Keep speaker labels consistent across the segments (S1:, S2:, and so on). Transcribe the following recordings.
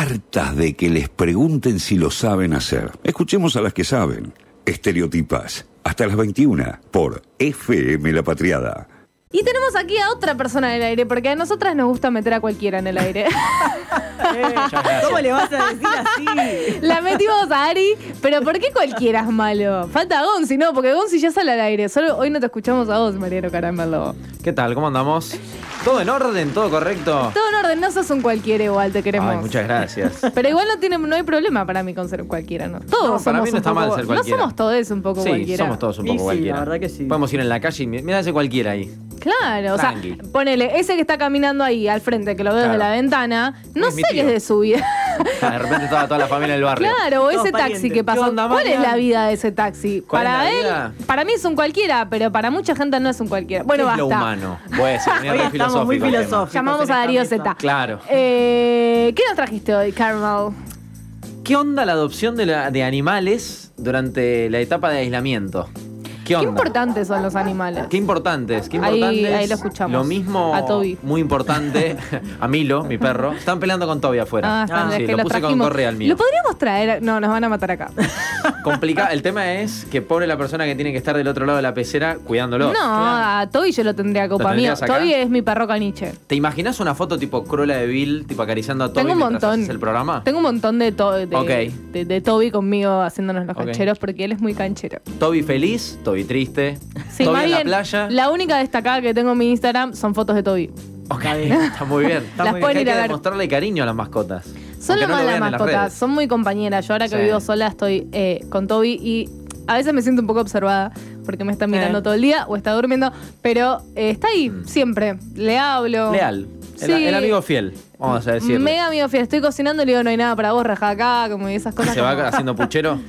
S1: hartas de que les pregunten si lo saben hacer. Escuchemos a las que saben. Estereotipas. Hasta las 21 por FM La Patriada.
S2: Y tenemos aquí a otra persona en el aire, porque a nosotras nos gusta meter a cualquiera en el aire.
S3: ¿Cómo le vas a decir así?
S2: La metimos a Ari, pero ¿por qué cualquiera es malo? Falta Gonzi, no, porque Gonzi ya sale al aire. Solo hoy no te escuchamos a vos, Mariano Caramelo.
S4: ¿Qué tal? ¿Cómo andamos? ¿Todo en orden? ¿Todo correcto?
S2: Todo en orden, no sos un cualquiera igual, te queremos.
S4: Ay, muchas gracias.
S2: Pero igual no, tiene, no hay problema para mí con ser un cualquiera, ¿no? Todos
S4: No,
S2: somos
S4: para mí no
S2: un
S4: está
S2: poco-
S4: mal ser cualquiera.
S2: No somos todos un poco
S4: sí,
S2: cualquiera.
S4: somos todos un
S3: Y sí,
S4: poco
S3: la
S4: cualquiera.
S3: verdad que sí.
S4: Podemos ir en la calle y mira ese cualquiera ahí.
S2: Claro,
S4: Tranqui.
S2: o sea, ponele, ese que está caminando ahí al frente, que lo veo desde
S4: Claro.
S2: la ventana, no
S4: Es mi
S2: sé qué es
S4: tío.
S2: de su vida.
S4: De repente estaba toda la familia del barrio.
S2: Claro, o
S3: Todos
S2: ese
S3: parientes.
S2: taxi que pasó.
S4: ¿Qué onda,
S2: ¿Cuál es
S4: Marian?
S2: la vida de ese taxi?
S4: ¿Cuál es
S2: Para
S4: la
S2: él,
S4: vida?
S2: para mí es un cualquiera, pero para mucha gente no es un cualquiera. Bueno,
S4: ¿Qué es
S2: basta.
S4: lo humano? Pues, se ponía
S3: Hoy
S4: re
S3: estamos muy
S4: filosófico el tema.
S3: filosóficos.
S2: Llamamos a
S3: en
S2: Darío
S3: esta
S2: Z.
S3: mesa.
S4: Claro.
S2: Eh, ¿Qué nos trajiste hoy, Carmel?
S4: ¿Qué onda la adopción de, la- de animales durante la etapa de aislamiento? ¿Qué
S2: Qué
S4: onda?
S2: importantes son los animales.
S4: Qué importantes, qué
S2: Ahí-
S4: importantes.
S2: ahí lo escuchamos.
S4: Lo mismo,
S2: A Toby.
S4: muy importante, a Milo, mi perro. Están peleando con Toby afuera.
S2: Ah, está, es
S4: sí,
S2: que
S4: lo
S2: lo
S4: puse con
S2: trajimos.
S4: correa al mío.
S2: Lo podríamos traer. a- No, nos van a matar acá.
S4: Complica el tema es que pobre la persona que tiene que estar del otro lado de la pecera cuidándolo.
S2: no, a Toby yo lo tendría copa mía.
S4: tendrías acá?
S2: Toby es mi perro caniche.
S4: ¿Te imaginas una foto tipo Cruella de Bill, tipo acariciando a Toby
S2: Tengo un
S4: mientras
S2: montón.
S4: haces el programa?
S2: Tengo un montón de, to- de,
S4: Ok.
S2: de- de Toby conmigo haciéndonos los
S4: Ok.
S2: cancheros porque él es muy canchero.
S4: Toby feliz, Toby triste,
S2: Sí,
S4: Toby
S2: más
S4: en la
S2: bien,
S4: playa.
S2: la única destacada que tengo en mi Instagram son fotos de Toby.
S4: Ok, está muy bien. Está
S2: Las
S4: muy bien.
S2: pueden
S4: Hay
S2: ir
S4: que
S2: a ver.
S4: demostrarle cariño a las mascotas.
S2: Son
S4: Aunque
S2: lo más
S4: no
S2: las
S4: vean en las
S2: mascotas,
S4: redes.
S2: son muy compañeras. Yo ahora que
S4: Sí.
S2: vivo sola estoy eh, con Toby y a veces me siento un poco observada porque me están mirando
S3: Eh.
S2: todo el día o está durmiendo, pero eh, está ahí siempre. Le hablo.
S4: Mm. Leal. El,
S2: Sí.
S4: el amigo fiel, vamos a decirlo.
S2: Mega amigo fiel, estoy cocinando y le digo, no hay nada para vos, rajá acá, como y esas cosas.
S4: Se va
S2: como-
S4: haciendo puchero.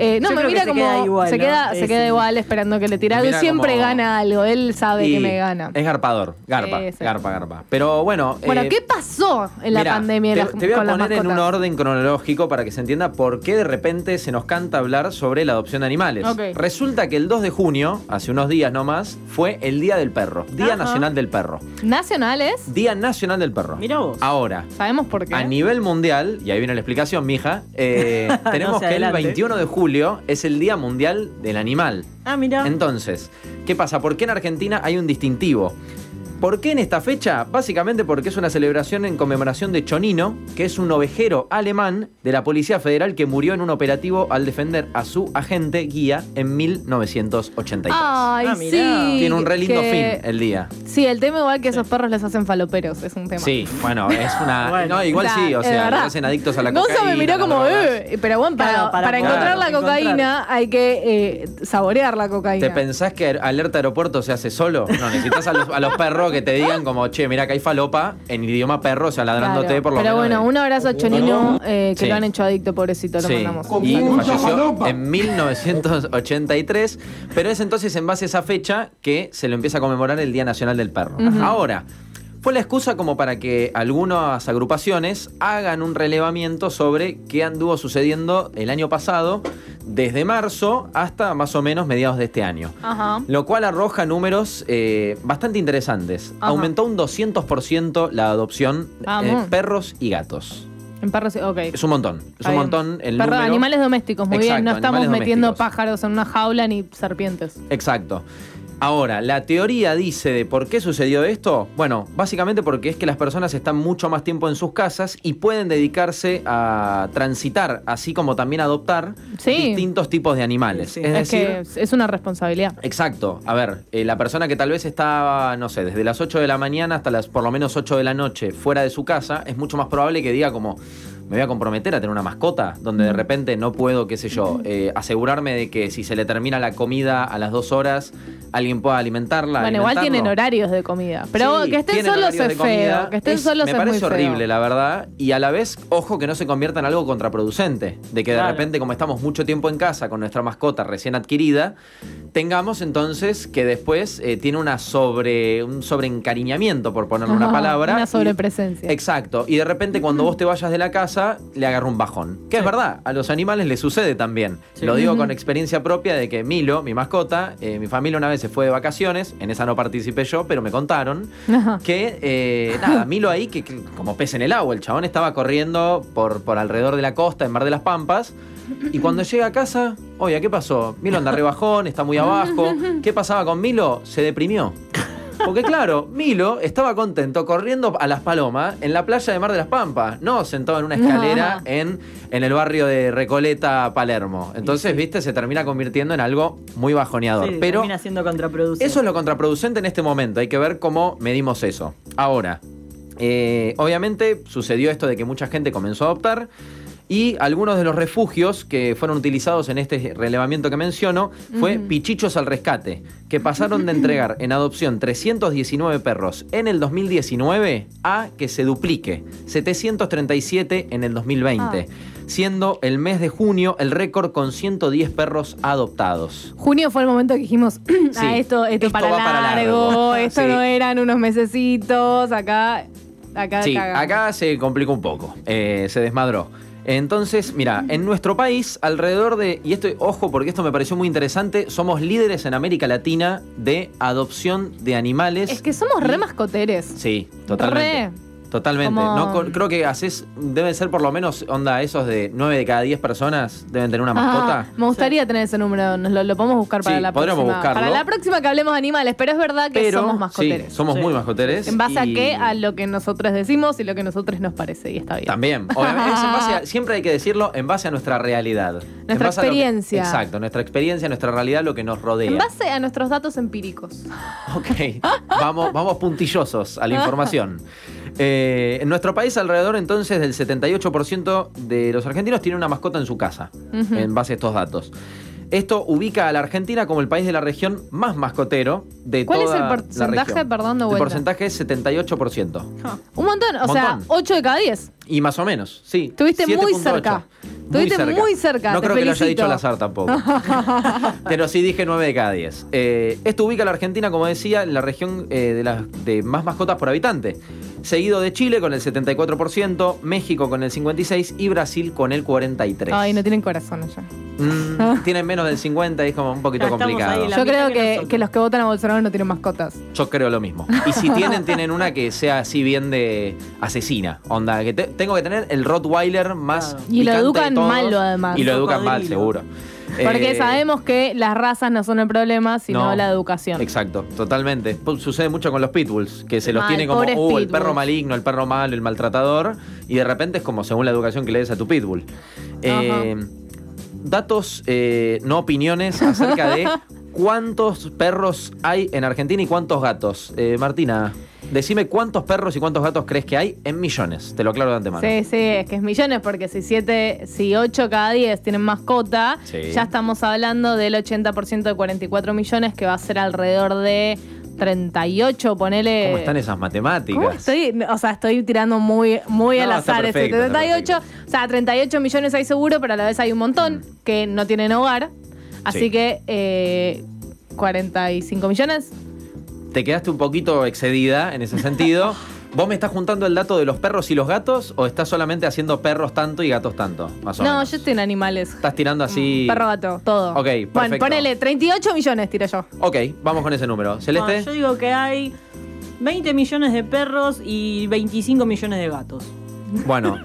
S2: Eh, no,
S3: Yo
S2: me
S3: creo que
S2: mira
S3: se
S2: como.
S3: queda igual,
S2: se
S3: ¿no?
S2: queda, se
S3: Sí,
S2: queda
S3: sí.
S2: igual esperando que le tire
S4: Me
S2: algo y
S4: mira
S2: siempre
S4: como-
S2: gana algo. Él sabe
S4: Y
S2: que me gana.
S4: Es garpador, garpa,
S2: Sí, sí.
S4: garpa, garpa. Pero bueno.
S2: bueno,
S4: eh,
S2: ¿qué pasó en la
S4: mirá,
S2: pandemia?
S4: Te,
S2: en las-
S4: te voy a
S2: con las
S4: poner en un
S2: mascotas?
S4: orden cronológico para que se entienda por qué de repente se nos canta hablar sobre la adopción de animales.
S2: Ok.
S4: Resulta que el 2 de junio, hace unos días nomás, fue el Día del Perro, Día
S2: Ajá.
S4: Nacional del Perro.
S2: Nacionales,
S4: Día Nacional del Perro.
S3: Mirá vos.
S4: Ahora,
S2: sabemos por qué.
S4: A nivel mundial, y ahí viene la explicación, mija, eh, tenemos
S3: No se
S4: que el
S3: adelante.
S4: 21 de julio es el Día Mundial del Animal.
S3: Ah, mira.
S4: Entonces, ¿qué pasa? ¿Por qué en Argentina hay un distintivo? ¿Por qué en esta fecha? Básicamente porque es una celebración en conmemoración de Chonino, que es un ovejero alemán de la Policía Federal que murió en un operativo al defender a su agente guía en 1983.
S2: Ay,
S3: Ah,
S2: sí.
S3: mirá.
S4: Tiene un re lindo
S2: que-
S4: fin el día.
S2: Sí, el tema igual que esos perros les hacen faloperos, es un tema.
S4: Sí, bueno, es una.
S3: Bueno.
S4: No, igual
S2: La-
S4: sí, o
S2: es
S4: sea,
S2: verdad.
S4: le hacen adictos a la
S2: Gonza
S4: cocaína.
S2: me miró
S4: a las
S2: como,
S4: drogas.
S2: "Eh", pero bueno, para,
S3: Claro,
S2: para,
S3: para
S2: encontrar
S4: poder
S2: la cocaína
S3: encontrar.
S2: hay que eh, saborear la cocaína.
S4: ¿Te pensás que alerta aeropuerto se hace solo? No, necesitas a los, a los perros que te digan como, che, mira que hay falopa en idioma perro, o sea, ladrándote
S2: Claro.
S4: por lo
S2: Pero
S4: menos.
S2: bueno,
S4: de-
S2: un abrazo a Chonino eh, que
S4: Sí.
S2: lo han hecho adicto, pobrecito, lo
S4: Sí,
S2: mandamos.
S4: y falleció en 1983, pero es entonces en base a esa fecha que se lo empieza a conmemorar el Día Nacional del Perro. Ahora, fue la excusa como para que algunas agrupaciones hagan un relevamiento sobre qué anduvo sucediendo el año pasado, desde marzo hasta más o menos mediados de este año.
S2: Ajá.
S4: Lo cual arroja números eh, bastante interesantes.
S2: Ajá.
S4: Aumentó un 200% la adopción de
S2: Vamos.
S4: perros y gatos.
S2: En perros, ok.
S4: Es un montón. Es un montón el
S2: Perdón,
S4: número.
S2: animales domésticos, muy bien. No
S4: Exacto,
S2: estamos
S4: animales
S2: metiendo
S4: domésticos.
S2: pájaros en una jaula ni serpientes.
S4: Exacto. Ahora, la teoría dice de por qué sucedió esto. Bueno, básicamente porque es que las personas están mucho más tiempo en sus casas y pueden dedicarse a transitar, así como también adoptar
S2: Sí.
S4: distintos tipos de animales.
S3: Sí, sí.
S4: Es,
S2: Es,
S4: decir,
S2: que es- es una responsabilidad.
S4: Exacto. A ver, eh, la persona que tal vez estaba, no sé, desde las 8 de la mañana hasta las por lo menos 8 de la noche fuera de su casa, es mucho más probable que diga como, me voy a comprometer a tener una mascota, donde de repente no puedo, qué sé yo, eh, asegurarme de que si se le termina la comida a las 2 horas, alguien pueda alimentarla.
S2: Bueno, igual
S4: alimentarlo.
S2: tienen horarios de comida. Pero
S4: Sí,
S2: que estén
S4: tienen
S2: solos
S4: horarios
S2: es
S4: de comida.
S2: feo. Que estén
S4: Es-
S2: solos
S4: Me
S2: es muy
S4: parece
S2: feo.
S4: horrible, la verdad. Y a la vez, ojo que no se convierta en algo contraproducente. De que de
S3: Claro.
S4: repente, como estamos mucho tiempo en casa con nuestra mascota recién adquirida, tengamos entonces que después eh, tiene una sobre, un sobreencariñamiento, por ponerle una
S2: Ajá,
S4: palabra.
S2: Una
S4: y-
S2: sobrepresencia.
S4: Exacto, y de repente cuando vos te vayas de la casa le agarra un bajón. Que es verdad, a los animales les sucede también.
S3: Sí.
S4: Lo digo
S2: Ujú.
S4: con experiencia propia de que Milo, mi mascota, eh, mi familia una vez 19 se fue de vacaciones, en esa no participé yo, pero me contaron
S2: Ajá.
S4: que, eh, nada, Milo ahí, que, que como pez en el agua, el chabón estaba corriendo por, por alrededor de la costa, en Mar de las Pampas, y cuando llega a casa, oye, ¿qué pasó? Milo anda rebajón, está muy abajo, ¿qué pasaba con Milo? Se deprimió. Porque claro, Milo estaba contento corriendo a las palomas en la playa de Mar de las Pampas, no sentado en una escalera en, en el barrio de Recoleta, Palermo. Entonces, viste, se termina convirtiendo en algo muy bajoneador.
S3: Sí,
S4: Pero
S3: termina siendo contraproducente.
S4: eso es lo contraproducente en este momento. Hay que ver cómo medimos eso. Ahora, eh, obviamente sucedió esto de que mucha gente comenzó a adoptar. Y algunos de los refugios que fueron utilizados en este relevamiento que menciono fue Pichichos al Rescate, que pasaron de entregar en adopción 319 perros en el 2019 a que se duplique, 737 en el 2020, siendo el mes de junio el récord con 110 perros adoptados.
S2: Junio fue el momento que dijimos, ah, esto, esto,
S4: Esto
S2: para,
S4: va para
S2: largo,
S4: largo".
S2: esto
S4: Sí.
S2: no eran unos mesecitos, acá, acá,
S4: Sí,
S2: cagamos.
S4: acá se complicó un poco, eh, se desmadró. Entonces, mira, en nuestro país, alrededor de, y esto, ojo, porque esto me pareció muy interesante, somos líderes en América Latina de adopción de animales.
S2: Es que somos re mascoteres.
S4: Sí, totalmente. Totalmente.
S2: Como-
S4: No, co- creo que haces, deben ser por lo menos, onda, esos de 9 de cada 10 personas deben tener una mascota.
S2: Ah, me gustaría tener ese número, nos lo, lo podemos buscar para
S4: Sí,
S2: la
S4: podríamos
S2: próxima.
S4: buscarlo.
S2: Para la próxima que hablemos de animales, pero es verdad que
S4: Pero,
S2: somos
S4: Sí,
S2: mascoteres.
S4: somos
S3: Sí.
S4: muy mascoteres.
S2: ¿En base a
S4: y-
S2: qué? A lo que nosotros decimos y lo que nosotros nos parece, y está bien.
S4: También. Obviamente, es en base a- siempre hay que decirlo en base a nuestra realidad. En base a lo que-
S2: experiencia.
S4: exacto, nuestra experiencia, nuestra realidad, lo que nos rodea.
S2: En base a nuestros datos empíricos.
S4: Ok, vamos, vamos puntillosos a la información. Eh, en nuestro país, alrededor entonces del 78% de los argentinos tiene una mascota en su casa,
S2: Ujú.
S4: en base a estos datos. Esto ubica a la Argentina como el país de la región más mascotero de
S2: ¿Cuál es
S4: toda
S2: el
S4: la
S2: porcentaje?
S4: región.
S2: Perdón, de
S4: El
S2: vuelta.
S4: porcentaje es 78%.
S3: Ah,
S2: Un montón, o sea,
S4: Montón.
S2: 8 de cada 10.
S4: Y más o menos, sí.
S2: Estuviste muy
S4: 7.8.
S2: cerca. Estuviste muy cerca,
S4: No
S2: te
S4: creo que lo haya
S2: felicito.
S4: dicho al azar tampoco. Pero sí dije 9 de cada 10. Eh, esto ubica a la Argentina, como decía, en la región eh, de, las, de más mascotas por habitante. Seguido de Chile con el 74%, México con el 56% y Brasil con el 43%.
S2: Ay, no tienen corazón ya.
S4: Mm, tienen menos del 50% y es como un poquito
S3: Ya estamos
S4: complicado.
S3: ahí, La
S2: Yo
S3: mitad
S2: creo
S3: que
S2: que,
S3: nosotros.
S2: que los que votan a Bolsonaro no tienen mascotas.
S4: Yo creo lo mismo. Y si tienen, tienen una que sea así bien de asesina. Onda, que te- tengo que tener el Rottweiler más.
S3: Claro.
S2: Y lo
S4: picante de
S2: educan
S4: todos.
S2: mal, lo además.
S4: Y lo educan
S3: Cocodrilo.
S4: mal, seguro.
S2: Porque
S4: Eh,
S2: sabemos que las razas no son el problema, sino
S4: no.
S2: la educación.
S4: Exacto, totalmente. Pu- Sucede mucho con los pitbulls, que se los
S2: Mal,
S4: tiene como
S2: pobres
S4: "Uh, el perro
S2: pitbulls".
S4: maligno, el perro malo, el maltratador, y de repente es como según la educación que le des a tu pitbull. Eh, datos, eh, no opiniones, acerca de cuántos perros hay en Argentina y cuántos gatos. Eh, Martina, decime cuántos perros y cuántos gatos crees que hay en millones. Te lo aclaro de antemano.
S2: Sí, sí, es que es millones, porque si siete, si 8 cada 10 tienen mascota,
S4: Sí.
S2: ya estamos hablando del 80% de 44 millones, que va a ser alrededor de 38, ponele.
S4: ¿Cómo están esas matemáticas?
S2: ¿Cómo estoy? O sea, estoy tirando muy, muy
S4: No,
S2: al
S4: está
S2: azar este
S4: perfecto, está
S2: 38.
S4: perfecto. Mm.
S2: O sea, 38 millones hay seguro, pero a la vez hay un montón que no tienen hogar. Así
S4: Sí.
S2: que eh, 45 millones.
S4: Te quedaste un poquito excedida en ese sentido. ¿Vos me estás juntando el dato de los perros y los gatos o estás solamente haciendo perros tanto y gatos tanto? Más o
S2: No,
S4: menos.
S2: yo estoy en animales.
S4: Estás tirando así.
S2: Perro gato, todo.
S4: Ok,
S2: Bueno,
S4: perfecto.
S2: ponele 38 millones, tiro yo.
S4: Ok, vamos con ese número. Celeste.
S3: Bueno, yo digo que hay 20 millones de perros y 25 millones de gatos.
S4: Bueno,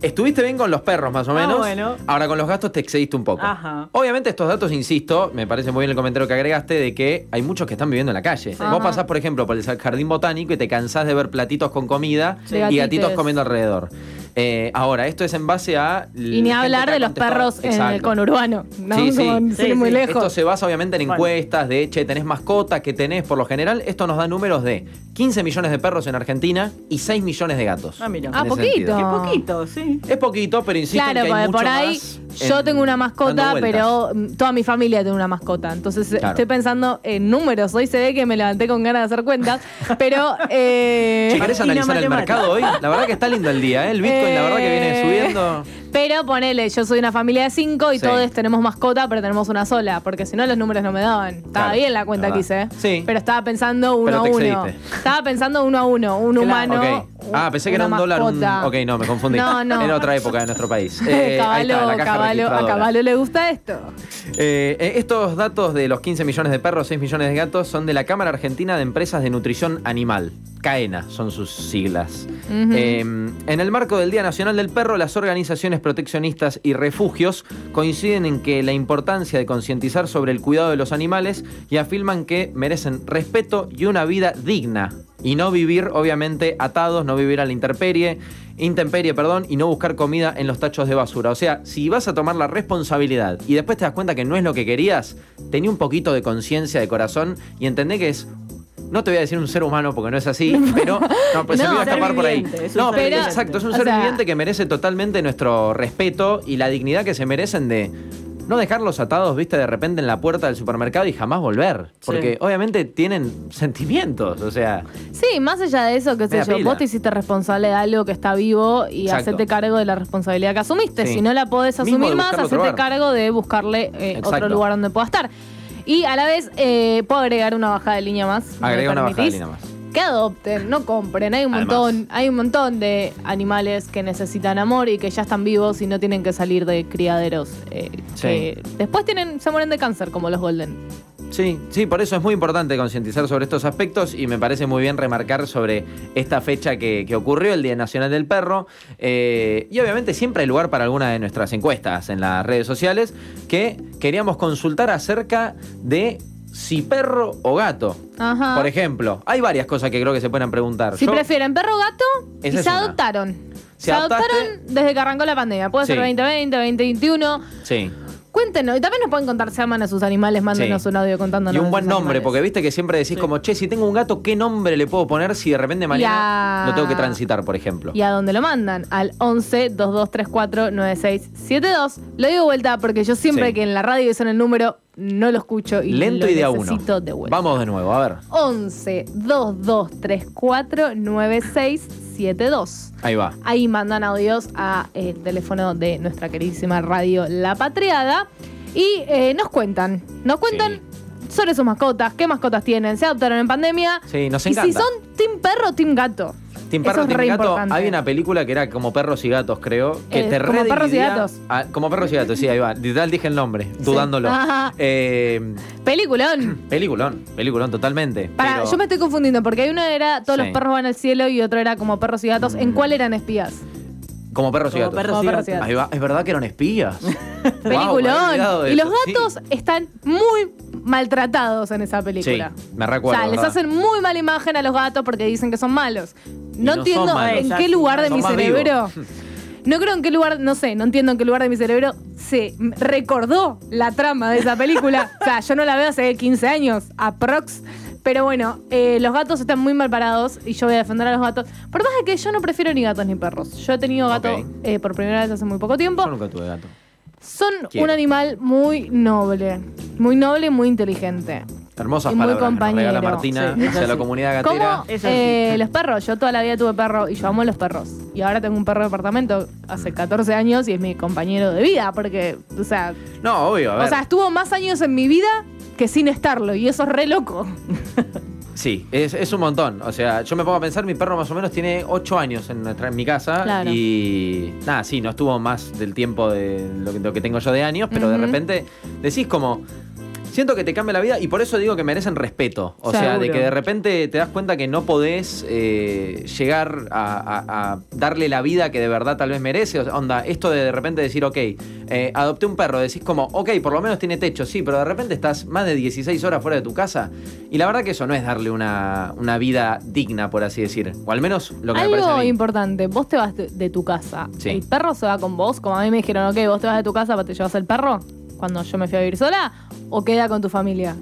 S4: estuviste bien con los perros más o
S3: Ah,
S4: menos.
S3: bueno.
S4: Ahora con los gatos te excediste un poco.
S3: Ajá.
S4: Obviamente estos datos, insisto, me parece muy bien el comentario que agregaste de que hay muchos que están viviendo en la calle.
S2: Sí.
S4: Vos
S2: Ajá.
S4: pasás, por ejemplo, por el jardín botánico y te cansás de ver platitos con comida
S2: Sí.
S4: y
S2: Gatites.
S4: gatitos comiendo alrededor. Eh, ahora, esto es en base a...
S2: Y ni hablar de los perros en el conurbano. No,
S4: Sí, sí.
S2: Como
S3: Sí,
S2: ir muy
S3: sí.
S2: lejos.
S4: Esto se basa obviamente en
S3: Bueno.
S4: encuestas de, che, tenés mascota, que tenés por lo general. Esto nos da números de 15 millones de perros en Argentina y 6 millones de gatos.
S3: Ah, mira.
S4: En
S2: Ah,
S4: ese
S2: poquito.
S4: sentido.
S3: Qué
S2: Ah.
S3: poquito, sí.
S4: Es poquito, pero insisto en
S2: Claro,
S4: que hay
S2: porque
S4: mucho
S2: por ahí
S4: más
S2: yo
S4: en-
S2: tengo una mascota,
S4: dando vueltas.
S2: pero mm, toda mi familia tiene una mascota. Entonces eh,
S4: Claro.
S2: estoy pensando en números. Hoy se ve que me levanté con ganas de hacer cuentas, pero... eh,
S4: Che, ¿querés
S3: Martina
S4: analizar el
S3: Matemática.
S4: mercado hoy? La verdad que está lindo el día, ¿eh? El Bitcoin, la verdad que viene
S2: eh,
S4: subiendo.
S2: Pero ponele, yo soy una familia de cinco y
S4: Sí.
S2: todos tenemos mascota, pero tenemos una sola, porque si no los números no me daban. Estaba
S4: Claro,
S2: bien la cuenta
S4: la
S2: que hice,
S4: verdad.
S2: ¿eh?
S4: Sí.
S2: Pero estaba pensando uno
S4: Pero te
S2: a uno.
S4: excediste.
S2: Estaba pensando uno a uno, un
S3: Claro.
S2: humano,
S4: Ok. Ah, pensé que era un
S2: una
S4: dólar. Un...
S2: mascota.
S4: Ok, no, me confundí.
S2: No, no.
S4: Era otra época de nuestro país. Eh, ahí está,
S2: Caballo,
S4: la caja
S2: caballo, a
S4: registradora.
S2: caballo le gusta esto.
S4: Eh, eh, estos datos de los 15 millones de perros, 6 millones de gatos, son de la Cámara Argentina de Empresas de Nutrición Animal. CAENA son sus siglas.
S2: Ujú.
S4: Eh, en el marco del Día Nacional del Perro, las organizaciones proteccionistas y refugios coinciden en que la importancia de concientizar sobre el cuidado de los animales y afirman que merecen respeto y una vida digna. Y no vivir, obviamente, atados, no vivir a la intemperie, intemperie, perdón, y no buscar comida en los tachos de basura. O sea, si vas a tomar la responsabilidad y después te das cuenta que no es lo que querías, tení un poquito de conciencia, de corazón y entendé que es. No te voy a decir un ser humano porque no es así, pero. No, pues se
S2: No,
S4: me iba a
S2: ser
S4: escapar por ahí.
S3: viviente, es un
S4: No,
S3: ser
S4: pero
S2: viviente.
S4: exacto, es un
S2: O
S4: ser
S2: sea-
S4: viviente que merece totalmente nuestro respeto y la dignidad que se merecen de. No dejarlos atados, viste, de repente en la puerta del supermercado y jamás volver. Porque
S3: Sí.
S4: obviamente tienen sentimientos, o sea.
S2: Sí, más allá de eso, qué sé
S4: Media
S2: yo,
S4: pila.
S2: vos te hiciste responsable de algo que está vivo y
S4: Exacto.
S2: hacete cargo de la responsabilidad que asumiste.
S4: Sí.
S2: Si no la podés
S4: Mismo de
S2: asumir más,
S4: buscar otro
S2: hacete
S4: lugar.
S2: cargo de buscarle eh,
S4: Exacto.
S2: otro lugar donde pueda estar. Y a la vez, eh, puedo agregar una bajada de línea más. ¿Me
S4: Agrega una bajada de
S2: permitís?
S4: línea más.
S2: Que adopten, no compren. Hay un
S4: Además.
S2: montón, hay un montón de animales que necesitan amor y que ya están vivos y no tienen que salir de criaderos. eh,
S4: Sí.
S2: que después tienen, se mueren de cáncer, como los golden.
S4: Sí, sí, por eso es muy importante concientizar sobre estos aspectos y me parece muy bien remarcar sobre esta fecha que, que ocurrió, el Día Nacional del Perro. Eh, y obviamente siempre hay lugar para alguna de nuestras encuestas en las redes sociales que queríamos consultar acerca de si perro o gato.
S2: Ajá.
S4: Por ejemplo, hay varias cosas que creo que se pueden preguntar.
S2: Si
S4: Yo-
S2: prefieren perro o gato, y
S4: Esa es
S2: se
S4: una.
S2: adoptaron.
S4: Si
S2: se
S4: adoptaste-
S2: adoptaron desde que arrancó la pandemia. Puede ser
S4: Sí.
S2: 2020, 2021.
S4: Sí.
S2: Cuéntenos. Y también nos pueden contar, se aman a sus animales, mándenos
S4: Sí.
S2: un audio contándonos.
S4: Y
S2: de
S4: un buen
S2: sus
S4: nombre,
S2: animales.
S4: porque viste que siempre decís como, che, si tengo un gato, ¿qué nombre le puedo poner si de repente mañana
S2: a-
S4: lo tengo que transitar, por ejemplo?
S2: ¿Y a dónde lo mandan? Al 11 2234 9672. Lo digo de vuelta porque yo siempre
S4: Sí.
S2: que en la radio dicen el número, no lo escucho y
S4: Lento
S2: lo
S4: y de a uno.
S2: necesito de vuelta.
S4: Vamos de nuevo, a ver.
S2: 11 2234 9672.
S4: Ahí va.
S2: Ahí mandan audios a eh, el teléfono de nuestra queridísima radio La Patriada y eh, nos cuentan, nos cuentan sobre sus mascotas, qué mascotas tienen, se adoptaron en pandemia.
S4: Sí, nos
S2: y
S4: encanta.
S2: si son team perro o team gato.
S4: Team
S2: Eso
S4: Perro,
S2: es
S4: Team
S2: re
S4: Gato,
S2: importante.
S4: hay una película que era como perros y gatos, creo, que
S2: Eh,
S4: te
S2: como
S4: redividía-
S2: perros y gatos.
S4: Ah, como perros y gatos, sí, ahí va. Literal dije el nombre, dudándolo.
S2: Ajá.
S4: Eh,
S2: Peliculón.
S4: peliculón, peliculón totalmente.
S2: Para,
S4: pero-
S2: yo me estoy confundiendo porque hay uno era todos
S4: Sí. Mm.
S2: los perros van al cielo y otro era como perros y gatos. ¿En cuál eran espías?
S4: Como perros y
S3: Como
S4: gatos.
S3: perros
S2: Como
S3: y
S2: perros y
S3: gatos.
S4: Ahí va. Es verdad que eran espías. Wow, me había
S2: Peliculón.
S4: olvidado de
S2: y los
S4: eso, sí.
S2: gatos están muy maltratados en esa
S4: Sí,
S2: película.
S4: me
S2: O
S4: recuerdo.
S2: sea, les
S4: ¿verdad?
S2: hacen muy mala imagen a los gatos porque dicen que son malos. No,
S4: no son
S2: entiendo
S4: malos.
S2: en qué lugar de
S4: Son
S2: mi
S4: más
S2: cerebro. No creo en qué lugar, no sé, no entiendo en qué lugar de mi cerebro se m- recordó la trama de esa película. o sea, yo no la veo hace 15 años, aprox. Pero bueno, eh, los gatos están muy mal parados y yo voy a defender a los gatos. Por más de que yo no prefiero ni gatos ni perros. Yo he tenido gato
S4: Ok.
S2: eh, por primera vez hace muy poco tiempo.
S4: Yo nunca tuve gato.
S2: Son
S4: Quiero.
S2: un animal muy noble. Muy noble y muy inteligente.
S4: Hermosas
S2: Y muy
S4: palabras que nos regala
S2: compañero.
S4: Martina
S3: Sí, es
S4: hacia la
S3: así.
S4: comunidad gatera.
S2: Como
S3: Eso
S2: eh, los perros, yo toda la vida tuve perro y yo amo los perros. Y ahora tengo un perro de apartamento
S4: Mm.
S2: hace 14 años y es mi compañero de vida, porque, o sea,
S4: No, obvio, a ver.
S2: o sea, estuvo más años en mi vida que sin estarlo y eso es re loco.
S4: Sí, es, es un montón. O sea, yo me pongo a pensar, mi perro más o menos tiene 8 años en, nuestra- en mi casa.
S2: Claro.
S4: Y nada, sí, no estuvo más del tiempo de lo que, lo que tengo yo de años, pero de
S2: Ujú.
S4: repente decís como... Siento que te cambia la vida y por eso digo que merecen respeto. O sea, de
S3: Seguro.
S4: que de repente te das cuenta que no podés eh, llegar a, a- a darle la vida que de verdad tal vez merece. O sea, onda, esto de de repente decir, ok, eh, adopté un perro, decís como, ok, por lo menos tiene techo, sí, pero de repente estás más de 16 horas fuera de tu casa. Y la verdad que eso no es darle una, una vida digna, por así decir. O al menos lo que me parece. a
S2: Algo
S4: mí.
S2: importante, vos te vas de, de tu casa.
S4: Sí.
S2: ¿El perro se va con vos? Como a mí me dijeron, ok, vos te vas de tu casa, pero te llevas el perro cuando yo me fui a vivir sola o queda con tu familia.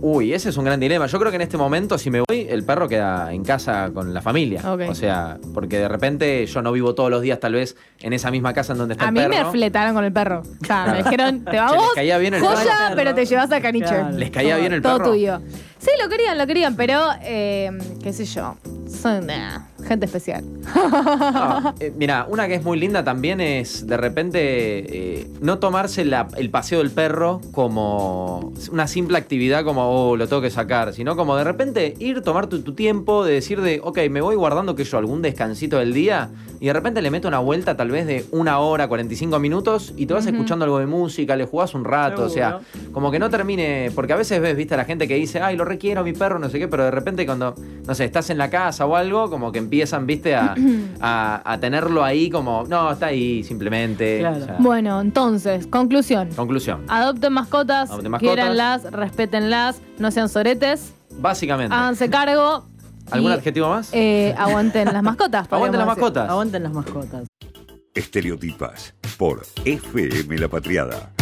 S4: Uy, ese es un gran dilema. Yo creo que en este momento, si me voy, el perro queda en casa con la familia.
S2: Ok.
S4: O sea, porque de repente yo no vivo todos los días, tal vez, en esa misma casa en donde está
S2: A
S4: el
S2: mí
S4: perro.
S2: me fletaron con el perro. O sea, me dijeron, te va
S4: Che, les
S2: vos,
S4: caía bien el
S2: joya,
S3: perro.
S2: pero te llevas a caniche.
S3: Claro.
S4: ¿Les caía
S2: Todo-
S4: bien el
S2: todo
S4: perro?
S2: tuyo. Sí, lo querían, lo querían, pero eh, qué sé yo. Son, nah, Gente especial.
S4: No, eh, mira, una que es muy linda también es de repente eh, no tomarse la- el paseo del perro como una simple actividad como, oh, lo tengo que sacar, sino como de repente ir, tomar tu, tu tiempo, de decir de, ok, me voy guardando que yo algún descansito del día y de repente le meto una vuelta tal vez de una hora, 45 minutos y te vas escuchando algo de música, le jugás un rato, o sea, como que no termine, porque a veces ves, viste, a la gente que dice, ay, lo requiero, mi perro, no sé qué, pero de repente cuando, no sé, estás en la casa o algo, como que empiezan, viste, a, a- a tenerlo ahí como, no, está ahí simplemente.
S3: Claro.
S4: o sea,
S2: Bueno, entonces, conclusión.
S4: Conclusión,
S2: Adopten mascotas,
S4: Adopten mascotas.
S2: quiéranlas, respétenlas, no sean soretes,
S4: básicamente.
S2: háganse cargo.
S4: ¿Algún
S2: y,
S4: adjetivo más?
S2: Ah, eh, aguanten las mascotas.
S4: Aguanten las
S2: podríamos decir.
S4: mascotas.
S3: Aguanten las mascotas.
S1: Estereotipas por FM La Patriada.